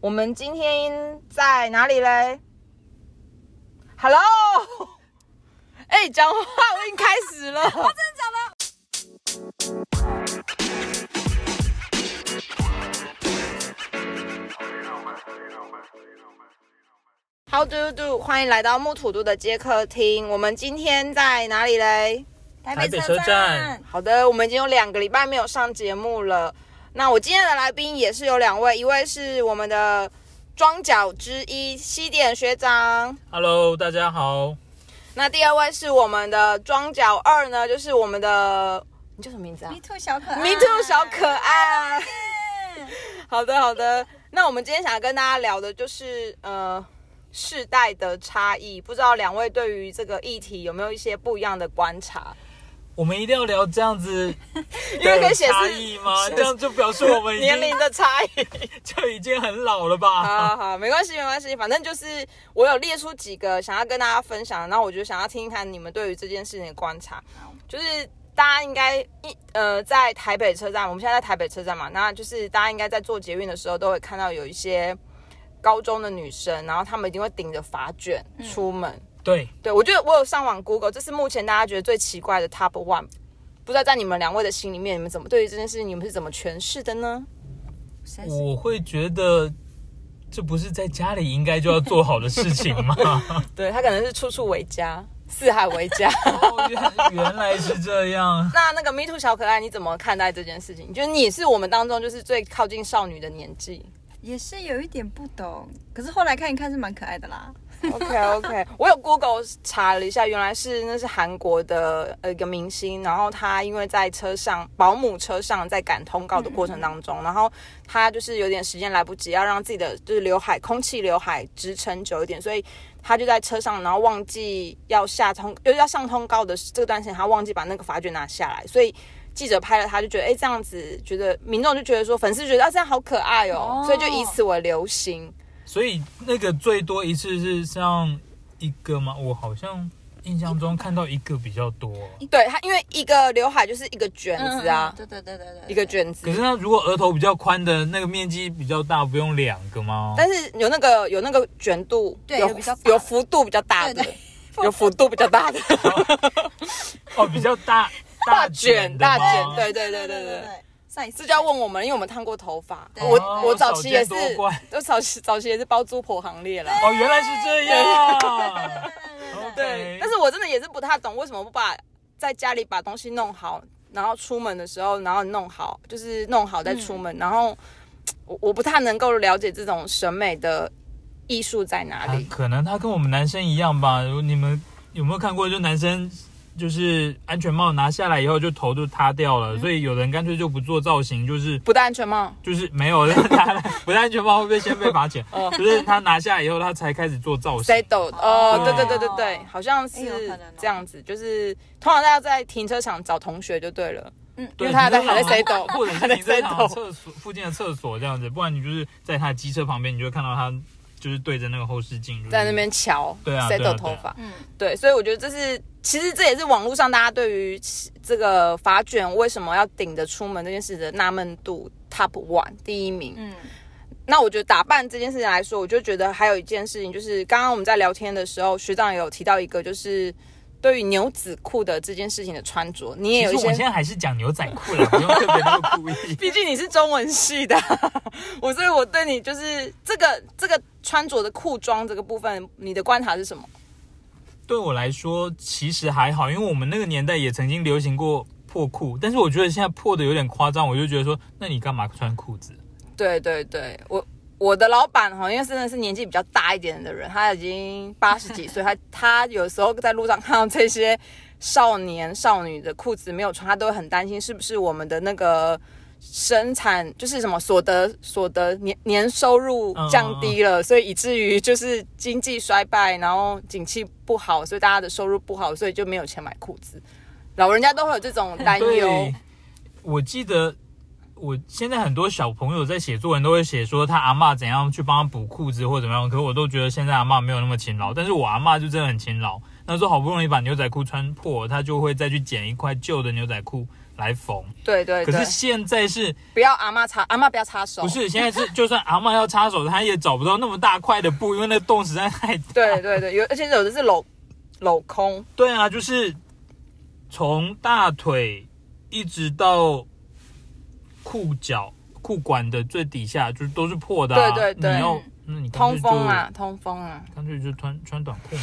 我们今天在哪里嘞？Hello，哎、讲话我已经开始了。How do you do？欢迎来到木土都的接客厅。我们今天在哪里嘞？台北车站好的，我们已经有两个礼拜没有上节目了。那我今天的来宾也是有两位，一位是我们的庄脚之一西点学长， Hello，大家好，那第二位是我们的庄脚二呢，就是我们的你叫什么名字啊 Me too 小可爱？Me too 小可爱。啊好的，好的。那我们今天想跟大家聊的就是呃世代的差异，不知道两位对于这个议题有没有一些不一样的观察？我们一定要聊这样子 因为可以的显示差异 吗？这样就表示我们已年经龄的差异。 就已经很老好了吧？好好，没关系，没关系，反正就是我有列出几个想要跟大家分享的，然后我就想要听一看你们对于这件事情的观察，就是。大家应该一呃，在台北车站，我们现在在台北车站嘛，那就是大家应该在做捷运的时候，都会看到有一些高中的女生，然后她们一定会顶着发卷出门。对，对我觉得我有上网 Google，这是目前大家觉得最奇怪的 Top One，不知道在你们两位的心里面，你们怎么对于这件事情，你们是怎么诠释的呢？谁是我会觉得这不是在家里应该就要做好的事情 吗？对他可能是处处为家，四海为家。哦原原来是这样。那那个 Me Too 小可爱，你怎么看待这件事情？就是你是我们当中就是最靠近少女的年纪。也是有一点不懂，可是后来看一看是蛮可爱的啦。 OK OK，我有 Google 查了一下，原来是那是韩国的呃一个明星，然后他因为在车上保姆车上在赶通告的过程当中，然后他就是有点时间来不及，要让自己的就是刘海空气刘海支撑久一点，所以他就在车上，然后忘记要下通，就是要上通告的这段时间，他忘记把那个发卷拿下来，所以。记者拍了他，就觉得哎、这样子，觉得民众就觉得说，粉丝觉得啊，这样好可爱哦哦所以就以此为流行。所以那个最多一次是像一个吗？我好像印象中看到一个比较多。对他，因为一个刘海就是一个卷子啊，对对对对嗯对，对一个。卷子可。是那如果额头比较宽的那个面积比较大，不用两个吗？但是有那个有那个卷度，对有有比较大的有幅度比较大的对， 有幅度比较大 的哦，比较大 大卷卷的大卷，吗对对对对对对对对对对。对，上一次这就要问我们，因为我们烫过头发，对我哦我早期也是少见多 怪，我早期早期也是包租婆行列啦。哦，原来是这样。对 OK，但是我真的也是不太懂为什么不把在家里把东西弄好，然后出门的时候，然后弄好，就是弄好再嗯出门，然后我我不太能够了解这种审美的艺术在哪 啊里。可能他跟我们男生一样吧？你们有没有看过？就男生就是安全帽拿下来以后，就头就塌掉嗯了，所以有人干脆就不做造型，就是不戴安全帽，就是没有他不戴安全帽会不会先被罚钱？ 哦就是他拿下来以后，他才开始做造型谁。抖？哦，对对对对对对，好像哎有可是能哦这样子，就是通常大家在停车场找同学就对了。因对，为他在你就还在想 say 抖或者是还在你在 say 场抖厕所附近的厕所这样子，不然你就是在他的机车旁边，你就会看到他就是对着那个后视镜，就是在那边瞧，对啊塞对啊抖头发，嗯对，所以我觉得这是其实这也是网络上大家对于这个发卷为什么要顶着出门这件事的纳闷度 top one 第一名。嗯，那我觉得打扮这件事情来说，我就觉得还有一件事情，就是刚刚我们在聊天的时候，学长也有提到一个，就是对于牛仔裤的这件事情的穿着，你也有一其实我些。现。在还是讲牛仔裤了，不用特别那么故意 毕竟你是中文系的， 我所以我对你就是这个这个穿着的裤装这个部分，你的观察是什么？对我来说，其实还好，因为我们那个年代也曾经流行过破裤，但是我觉得现在破的有点夸张，我就觉得说，那你干嘛穿裤子？对对对，我我的老板哈，因为真的是年纪比较大一点的人，他已经八十几岁， 他他有时候在路上看到这些少年少女的裤子没有穿，他都会很担心是不是我们的那个。生产就是什么所得所得年年收入降低嗯了，所以以至于就是经济衰败，然后景气不好，所以大家的收入不好，所以就没有钱买裤子。老人家都会有这种担忧对，，我记得我现在很多小朋友在写作文都会写说他阿嬷怎样去帮他补裤子或怎么样，可我都觉得现在阿嬷没有那么勤劳，但是我阿嬷就真的很勤劳。那时候好不容易把牛仔裤穿破，她就会再去捡一块旧的牛仔裤，来缝。对对可对是，现在是不要阿妈插，阿妈不要插手。不是现在是，就算阿嬷要插手，她也找不到那么大块的布，因为那洞实在太 大。对对对，有而且有的是镂镂空，对啊，就是从大腿一直到裤脚、裤管的最底下，就是都是破的、啊。对对对你要那你干脆通就风啊，，通风啊，干脆就穿穿短裤嘛。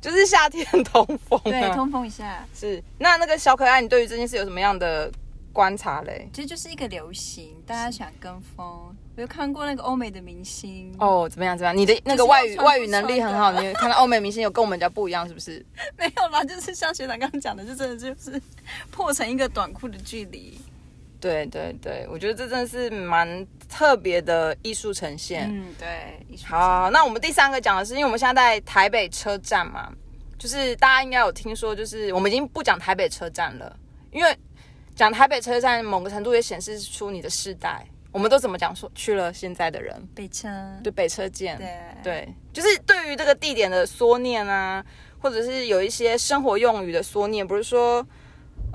就是夏天通风、啊。对，通风一下，是。那那个小可爱，你对于这件事有什么样的观察嘞？其实就是一个流行，大家想跟风。我有看过那个欧美的明星，哦，怎么样？怎么样？你的那个嗯就是要外语穿不外语能力很好，穿你看到欧美明星有跟我们比较不一样，是不是？没有啦，就是像学长刚刚讲的，就真的就是破成一个短裤的距离。对对对，我觉得这真的是蛮特别的艺术呈现。嗯，对，艺术家好，那我们第三个讲的是，因为我们现在在台北车站嘛，就是大家应该有听说，就是我们已经不讲台北车站了，因为讲台北车站某个程度也显示出你的世代，我们都怎么讲说去了现在的人，北车，对北车见，对对，就是对于这个地点的缩念啊，或者是有一些生活用语的缩念，比如说，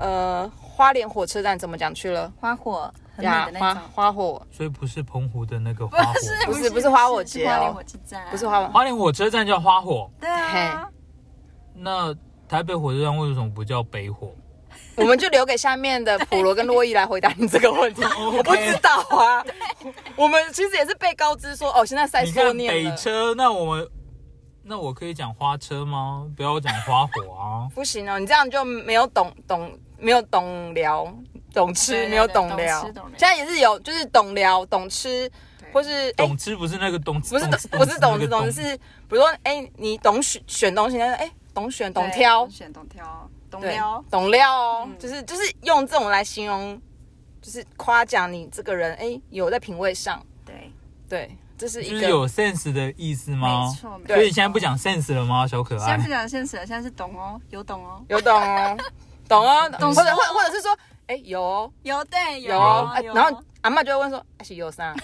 呃，花莲火车站怎么讲去了？花火很美呀的，那花种。花火所以不是澎湖的那个不花火，是 不是不是花火节是花哦莲火车站，不是花火，花莲火车站叫花火，对啊，那台北火车站为什么不叫北火？我们就留给下面的普罗跟洛伊来回答你这个问题。 我不知道 啊，我们其实也是被告知说，哦，现在塞你缩看念北了，。车，那我们那我可以讲花车吗？不要讲花火啊不行哦，你这样就没有懂懂，没有懂聊，懂吃对没有对懂懂聊吃懂聊，现在也是有，就是懂聊、懂吃，对或是 哎懂吃不是那个懂吃，不是懂吃不是懂那个吃懂吃，是比如说哎、你懂选选东西，但是哎、懂选懂对挑懂，选懂挑懂对撩，，懂撩哦，嗯就是就是用这种来形容，就是夸奖你这个人哎、有在品味上，对，对，这是就一是个有 sense 的意思吗？没错，没错所以现在不，讲 sense 了吗，小可现在不爱？讲现实了，现在是懂哦，有懂哦，有懂哦，懂哦，懂或者什或么或者是说哎、有哦有对有哦哦，哎有然后阿嬷就会问说哎是有 啥，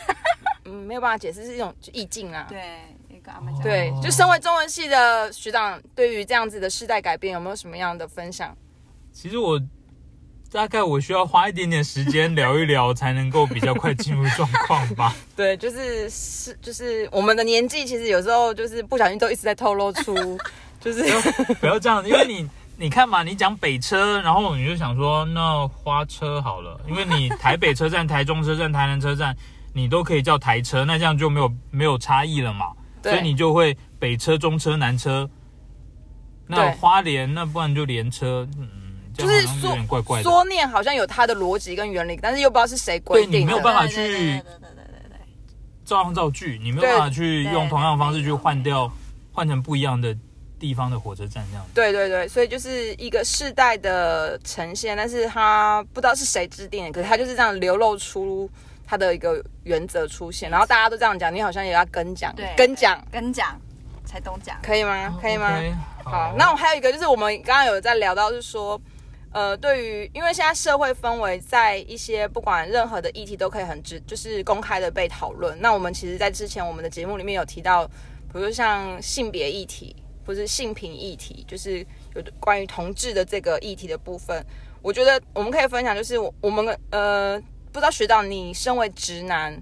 嗯没有办法解释是一种就意境啊。对一个阿妈讲，对，就身为中文系的学长，对于这样子的世代改变，有没有什么样的分享？其实我大概我需要花一点点时间聊一聊，才能够比较快进入状况吧。对，就是是就是我们的年纪，其实有时候就是不小心都一直在透露 出，就是 不要这样，因为你你看嘛，你讲北车，然后你就想说那花车好了，因为你台北车站、台中车站、台南车站，你都可以叫台车，那这样就没有没有差异了嘛，所以对你就会北车、中车、南车。那对花莲，那不然就连车，嗯，这就样是好像有缩点怪怪的。缩念，好像有它的逻辑跟原理，但是又不知道是谁规对你定没有的。办法对对去对对对对对对照样造句，你没有对办法去用对同样的方式去换掉，换成不一样的地方的火车站这样子。对对对，所以就是一个世代的呈现，但是它不知道是谁制定的，可是它就是这样流露出它的一个原则出现，然后大家都这样讲，你好像也要跟讲，对，跟讲，跟讲才懂 讲，可以吗？可以吗？ OK，好，那我还有一个就是我们刚刚有在聊到，就是说，呃，对于因为现在社会氛围，在一些不管任何的议题都可以很直，就是公开的被讨论。那我们其实，在之前我们的节目里面有提到，比如说像性别议题，或是性平议题，就是有关于同志的这个议题的部分，我觉得我们可以分享，就是我我们呃，不知道学长，你身为直男。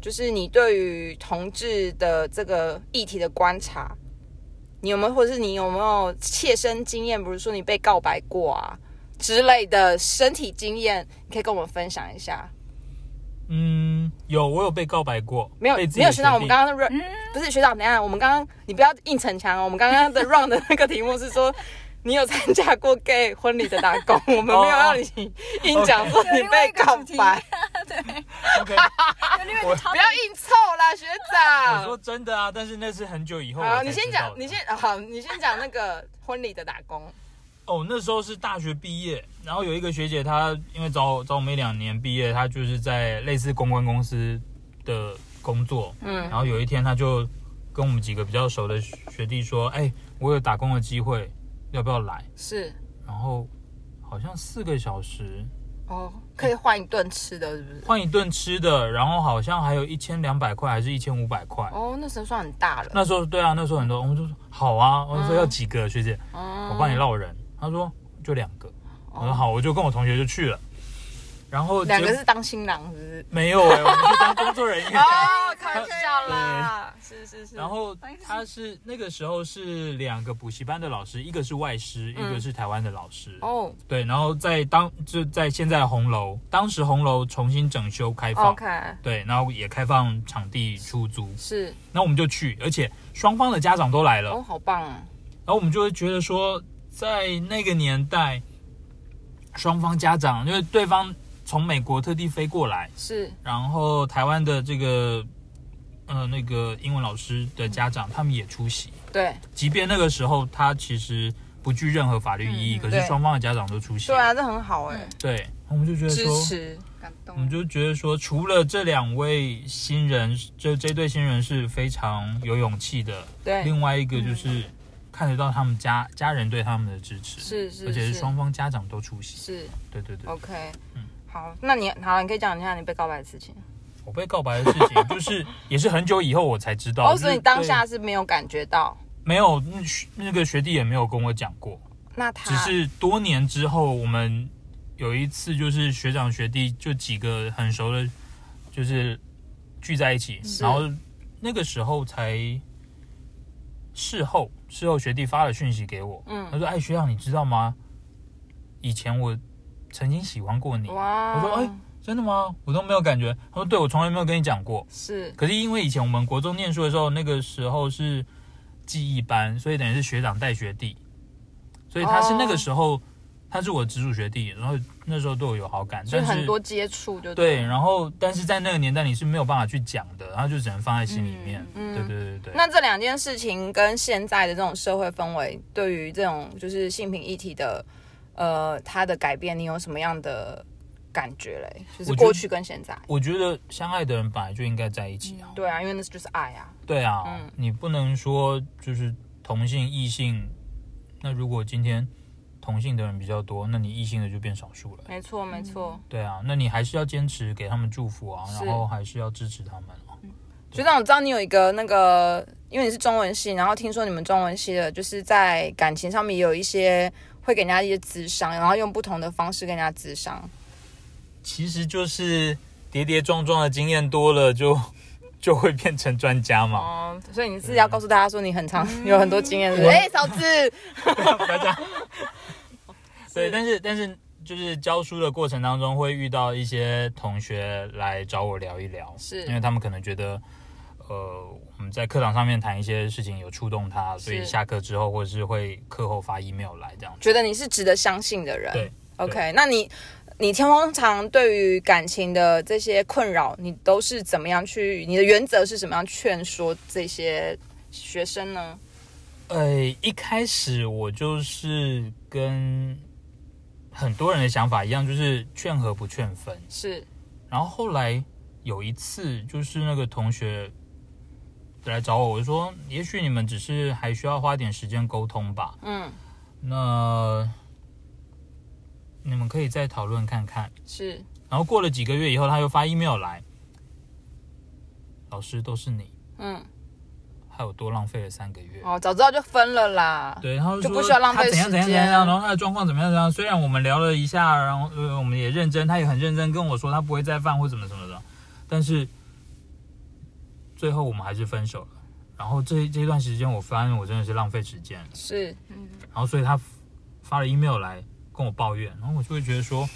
就是你对于同志的这个议题的观察，你有没有，或者是你有没有切身经验，比如说你被告白过啊之类的身体经验，你可以跟我们分享一下。嗯，有我有被告白过，没有被自己没有的学长，我学们弟刚刚的 run 不是学长，等一下我们刚刚你不要硬逞强哦。我们刚刚的 round 的那个题目是说。你有参加过 gay 婚礼的打工？我们没有让你硬讲说你被告白， OK，有另外一个 topic 不要硬凑啦，学我长说。真的啊，但是那是很久以后我才知道好，的。你先讲，你先好，你先讲那个婚礼的打工。哦，那时候是大学毕业，然后有一个学姐，她因为早我早我们一两年毕业，她就是在类似公关公司的工作，嗯然，后有一天她就跟我们几个比较熟的学弟说：“哎、我有打工的机会，要不要来是？”然后好像四个小时哦，可以换一顿吃的，是不是？换一顿吃的，然后好像还有一千两百块，还是一千五百块。哦，那时候算很大了。那时候对啊，那时候很多，我们就说好啊，我就说嗯要几个学姐，哦我帮你。落人。他说就两个，我说好，我就跟我同学就去了。然后两结个果是当新郎，是不是？没有哎、我们是当工作人 员。哦，开玩笑啦。是是是。然后哎他是那个时候是两个补习班的老师，一个是外师，一嗯个是台湾的老师。哦对，然后在当就在现在红楼，当时红楼重新整修开哦放，OK，对，然后也开放场地出租，是那我们就去，而且双方的家长都来了，哦，好棒啊！然后我们就会觉得说，在那个年代，双方家长因为对方从美国特地飞过来，是然后台湾的这个呃那个英文老师的家长他们也出席，对即便那个时候他其实不具任何法律意义，嗯可是对双方的家长都出席，对啊，这很好哎，对，我们就觉得支说。持感动我们就觉得说，除了这两位新人，就这对新人是非常有勇气的，对另外一个就是看得到他们家家人对他们的支持，是是而且是是双方家长都出席。是对对对， OK，嗯好，那你好了，你可以讲一下你被告白的事情。我被告白的事情就是 也是很久以后我才知道，哦，就是所以你当下对是没有感觉到，没有那学那个学弟也没有跟我讲过，那他只是多年之后我们有一次就是学长学弟就几个很熟的，就是聚在一起，然后那个时候才事后事后学弟发了讯息给我，他嗯，说：“哎，学长，你知道吗？以前我曾经喜欢过你。”哇，我说哎真的吗？我都没有感觉。他说：“对，我从来没有跟你讲过。是可是因为以前我们国中念书的时候，那个时候是记忆班，所以等于是学长带学弟，所以他是哦那个时候、他是我直属学弟，然后那时候对我有好感，就但是很多接触就对，。然后但是在那个年代你是没有办法去讲的，然后就只能放在心里面。嗯对对对对。那这两件事情跟现在的这种社会氛围，对于这种就是性平议题的，呃，它的改变，你有什么样的感觉嘞？就是我觉得过去跟现在，我觉得相爱的人本来就应该在一起啊。对啊，因为那就是爱啊，对啊，嗯你不能说就是同性异性，那如果今天同性的人比较多，那你异性的就变少数了。没错没错。对啊，那你还是要坚持给他们祝福啊，是然后还是要支持他们啊。学长，我知道你有一个那个，因为你是中文系，然后听说你们中文系的，就是在感情上面也有一些会给人家一些智商，然后用不同的方式跟人家智商。其实就是跌跌撞撞的经验多了就，就 会变成专家嘛。哦，所以你是要告诉大家说你很长有很多经验，是不 是？哎、嫂子，不要 这样。对，但是但是就是教书的过程当中，会遇到一些同学来找我聊一聊，是因为他们可能觉得，呃，我们在课堂上面谈一些事情有触动他，所以是下课之后或者是会课后发 email 来这样子。觉得你是值得相信的人。对 o k 那你你通常对于感情的这些困扰，你都是怎么样去？你的原则是怎么样劝说这些学生呢？呃，一开始我就是跟很多人的想法一样，就是劝和不劝分。是然后后来有一次，就是那个同学来找我，我就说，也许你们只是还需要花点时间沟通吧。嗯，那你们可以再讨论看看。是然后过了几个月以后，他又发 email 来，老师都是你，嗯，害我多浪费了三个月。哦，早知道就分了啦。对，然后就不需要浪费他怎样怎样时怎间样，然后他的状况怎么样怎么样。虽然我们聊了一下，然后呃我们也认真，他也很认真跟我说他不会再犯或怎么怎么的，但是最后我们还是分手了。然后这这段时间，我发现我真的是浪费时间，是然后所以他发了 email 来跟我抱怨，然后我就会觉得说，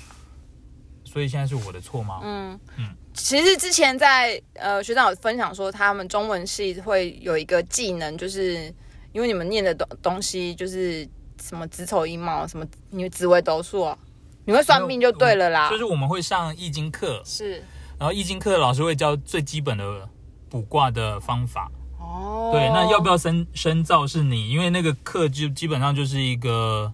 所以现在是我的错吗？嗯嗯，其实之前在呃学长有分享说，他们中文系会有一个技能，就是因为你们念的东东西就是什么子丑寅卯，什么你紫微斗数、啊，你会算命就对了啦。就是我们会上易经课，是然后易经课老师会教最基本的卜卦的方法。哦，对，那要不要要深深造是你，因为那个课就基本上就是一个。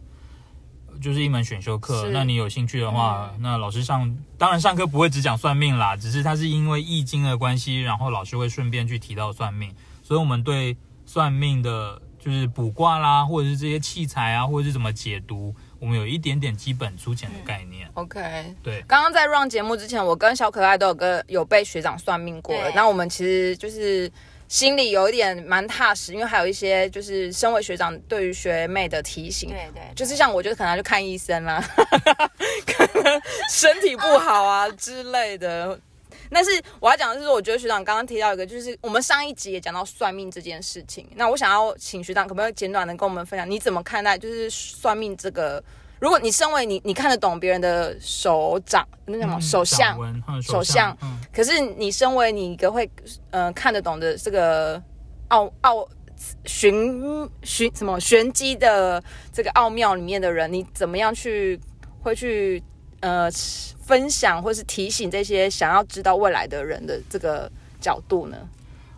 就是一门选修课，是嗯那你有兴趣的话，那老师上当然上课不会只讲算命啦，只是他是因为易经的关系，然后老师会顺便去提到算命，所以我们对算命的就是卜卦啦，或者是这些器材啊，或者是怎么解读，我们有一点点基本粗浅的嗯概念。 OK？对，刚刚在 run 节目之前，我跟小可爱都有跟有被学长算命过了。对那我们其实就是心里有一点蛮踏实，因为还有一些就是身为学长对于学妹的提醒，对对就是像我就可能要去看医生啦， 可能身体不好啊之类的。但是我要讲的是，我觉得学长刚刚提到一个，就是我们上一集也讲到算命这件事情。那我想要请学长，可不可以简短的跟我们分享，你怎么看待就是算命这个？如果你身为你，你看得懂别人的手掌，那叫什么、嗯手相掌，纹嗯手手相，嗯可是你身为你一个会呃看得懂的这个奥奥寻寻什么玄机的这个奥妙里面的人，你怎么样去会去呃分享或是提醒这些想要知道未来的人的这个角度呢？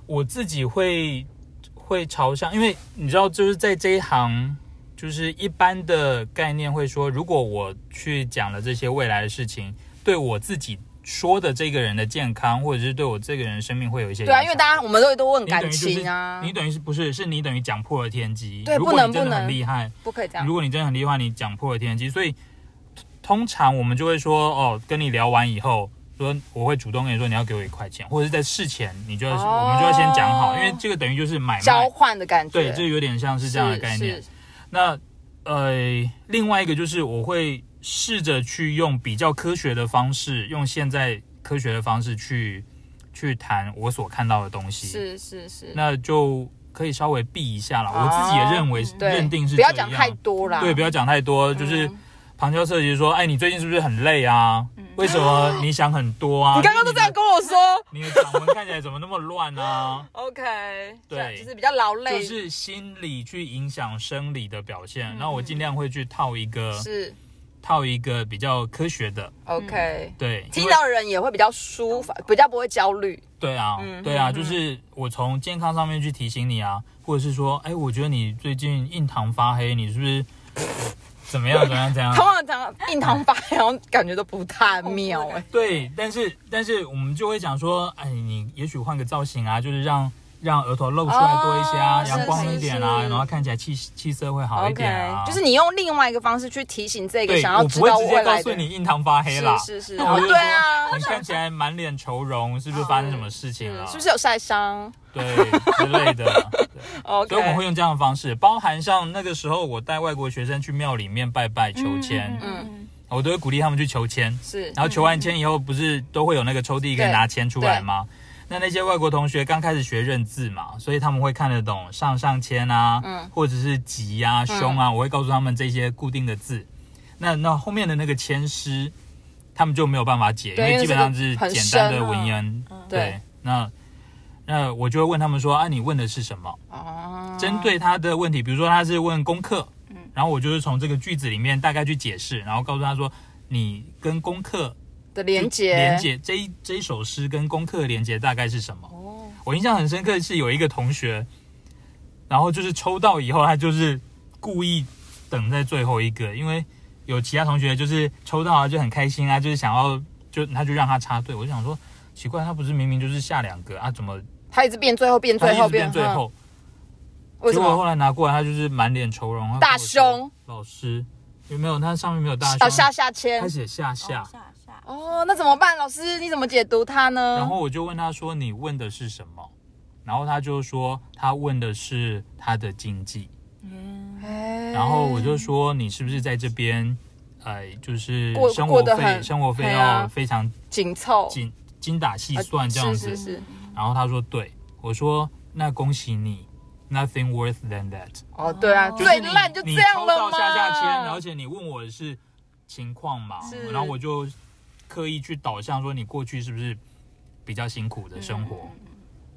我自己会会朝向，因为你知道，就是在这一行，就是一般的概念会说，如果我去讲了这些未来的事情，对我自己说的这个人的健康，或者是对我这个人生命会有一些对啊，因为大家家我们都都问你等感于就是情啊，你等于是不是是你等于讲破了天机？对如果不能你真不的能很厉害，不可以这样如。果你真的很厉害，你讲破了天机，所以通常我们就会说，哦，跟你聊完以后，说我会主动跟你说你要给我一块钱，或者是在事前你就要、哦我们就要先讲好，因为这个等于就是买交卖，换的感觉，对，这有点像是这样的概念是。是那呃，另外一个就是我会试着去用比较科学的方式，用现在科学的方式去去谈我所看到的东西，是是是，那就可以稍微避一下了。哦我自己也认为、嗯对，认定是不要这讲样太多啦，对，不要讲太多，就是嗯旁敲侧击说，哎，你最近是不是很累啊？为什么你想很多啊？你刚刚都这样跟我 说。？你的，你的掌纹看起来怎么那么乱啊 OK，这对样就是比较劳 累，嗯就是心理去影响生理的表现，然后我尽量会去套一个是套一个比较科学的， OK，、对，嗯因听为到的人也会比较舒服，比较不会焦虑。对啊，嗯对啊，嗯就是我从健康上面去提醒你啊，或者是说，哎，我觉得你最近印堂发黑，你是不是怎么样怎么样怎样？通常讲印堂发黑，好像感觉都不太妙哦哎、对，但是但是我们就会讲说，哎，你也许换个造型啊，就是让让额头露出来多一些啊，哦阳光是一点是啊，是然后看起来气气色会好一点啊。就是你用另外一个方式去提醒这个对，想要我知不会道直接未告来诉的嗯你印堂发黑啦。是是是， 我哦就对啊说，你看起来满脸愁容，是不是发生什么事情了？嗯是不是有晒伤对之类的。对？OK，所以我们会用这样的方式，包含像那个时候我带外国学生去庙里面拜拜求签，嗯，我都会鼓励他们去求签。是然后求完签以后，不是都会有那个抽屉可以拿钱出来吗？那那些外国同学刚开始学认字嘛，所以他们会看得懂上上签啊，嗯或者是吉啊、凶啊，我会告诉他们这些固定的字。那那后面的那个签诗，他们就没有办法解，因对因为为基本上是这个很简单深的啊文言。对对，那那我就会问他们说：“啊，你问的是什么？”哦，针对他的问题，比如说他是问功课，嗯然后我就是从这个句子里面大概去解释，然后告诉他说，你跟功课的连接，连接这一这一首诗跟功课的连接大概是什么？哦，我印象很深刻的是有一个同学，然后就是抽到以后，他就是故意等在最后一个，因为有其他同学就是抽到啊就很开心啊，就是想要就他就让他插队，我就想说奇怪，他不是明明就是下两个啊，怎么他一直变最后，变他最一后，直变最嗯，后？为什结果么？后来拿过来，他就是满脸愁容，他大跟我说胸。老师有没有？他上面没有大胸，哦，下下签他。写下下。下下，哦，那怎么办？老师，你怎么解读它呢？然后我就问他说：“你问的是什么？”然后他就说：“他问的是他的经济。嗯，哎，然后我就说：“你是不是在这边，呃，就是过生过活得费很生活费对要啊非常紧凑，精精打细啊算这样子？”是是是，然后他说：“对。”我说：“那恭喜你，nothing worse than that。”哦，对啊，就最烂就这样了你抽到嘛。下下签，而且你问我的是情况嘛是，然后我就刻意去导向说你过去是不是比较辛苦的生活？嗯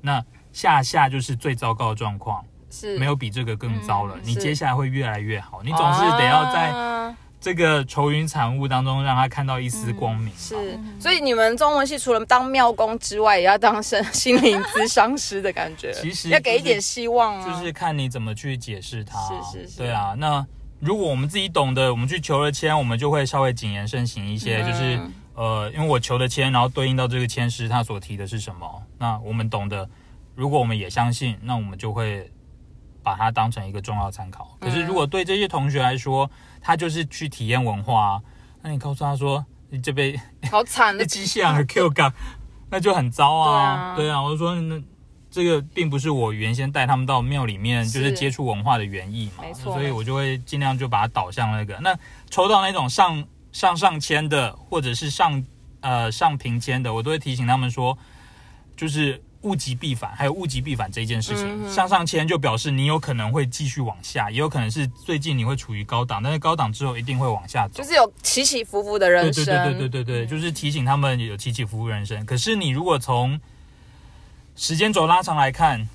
那下下就是最糟糕的状况，是没有比这个更糟了。嗯你是接下来会越来越好，你总是得要在啊这个愁云惨雾当中让他看到一丝光明嘛。是，所以你们中文系除了当庙工之外，也要当身 心灵咨商师的感觉，其实要给就一是点希望啊。就是看你怎么去解释它。是是是对啊，那如果我们自己懂的，我们去求了签，我们就会稍微谨言慎行一些，嗯就是呃，因为我求的签，然后对应到这个签师他所提的是什么，那我们懂的，如果我们也相信，那我们就会。把它当成一个重要参考。嗯可是，如果对这些同学来说，他就是去体验文化、啊，那你告诉他说，你这边好惨的 那，机械 Q 杠，那就很糟啊。对啊对啊，我就说那这个并不是我原先带他们到庙里面是就是接触文化的原意嘛，没错所以我就会尽量就把它导向那个。那抽到那种上上上签的，或者是上呃上平签的，我都会提醒他们说，就是物极必反，还有物极必反这一件事情。嗯哼上上签就表示你有可能会继续往下，也有可能是最近你会处于高档，但是高档之后一定会往下走。就是有起起伏伏的人生，嗯对对对对对对，就是提醒他们有起起伏伏人生。可是你如果从时间轴拉长来看，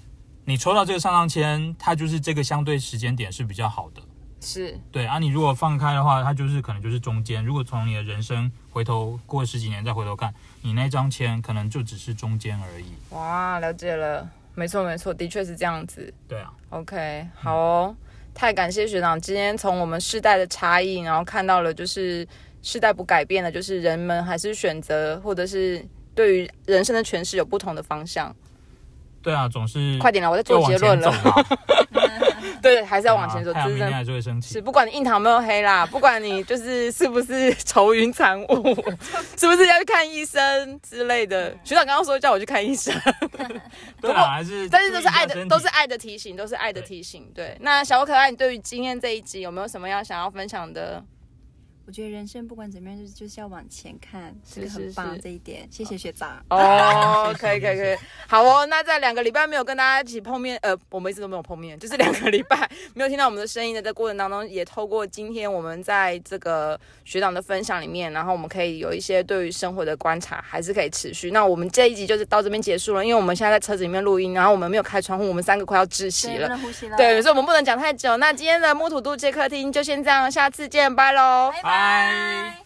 你抽到这个上上签，它就是这个相对时间点是比较好的。是对啊，你如果放开的话，它就是可能就是中间。如果从你的人生回头过十几年再回头看，你那张签可能就只是中间而已。哇，了解了，没错没错，的确是这样子。对啊， OK，好哦，太感谢学长，今天从我们世代的差异，然后看到了就是世代不改变的，就是人们还是选择或者是对于人生的诠释有不同的方向。对啊，总是快点啦，我在就做往结论前走了。嘛， 对，还 是要往前走，对啊太真阳明的天还是会升起是。不管你印堂有没有黑啦，不管你就是是不是愁云惨雾， 是不是要去看医生之类的。嗯学长刚刚说叫我去看医 生，对不过啊，还是但是都是爱注的，意一下身体都是爱的提醒，都是爱的提醒。对，那小可爱，你对于今天这一集有没有什么要想要分享的？我觉得人生不管怎么样，就是就是要往前看，这个是很是棒是这一点。谢谢学长， 哦，可以可谢以谢可以，好哦。那在两个礼拜没有跟大家一起碰面， 呃，我们一直都没有碰面，就是两个礼拜没有听到我们的声音的这过程当中，也透过今天我们在这个学长的分享里面，然后我们可以有一些对于生活的观察，还是可以持续。那我们这一集就是到这边结束了，因为我们现在在车子里面录音，然后我们没有开窗户，我们三个快要窒息对了不。能呼吸了，对，所以我们不能讲太久。那今天的木土度接客厅就先这样，下次见，拜喽。拜拜拜。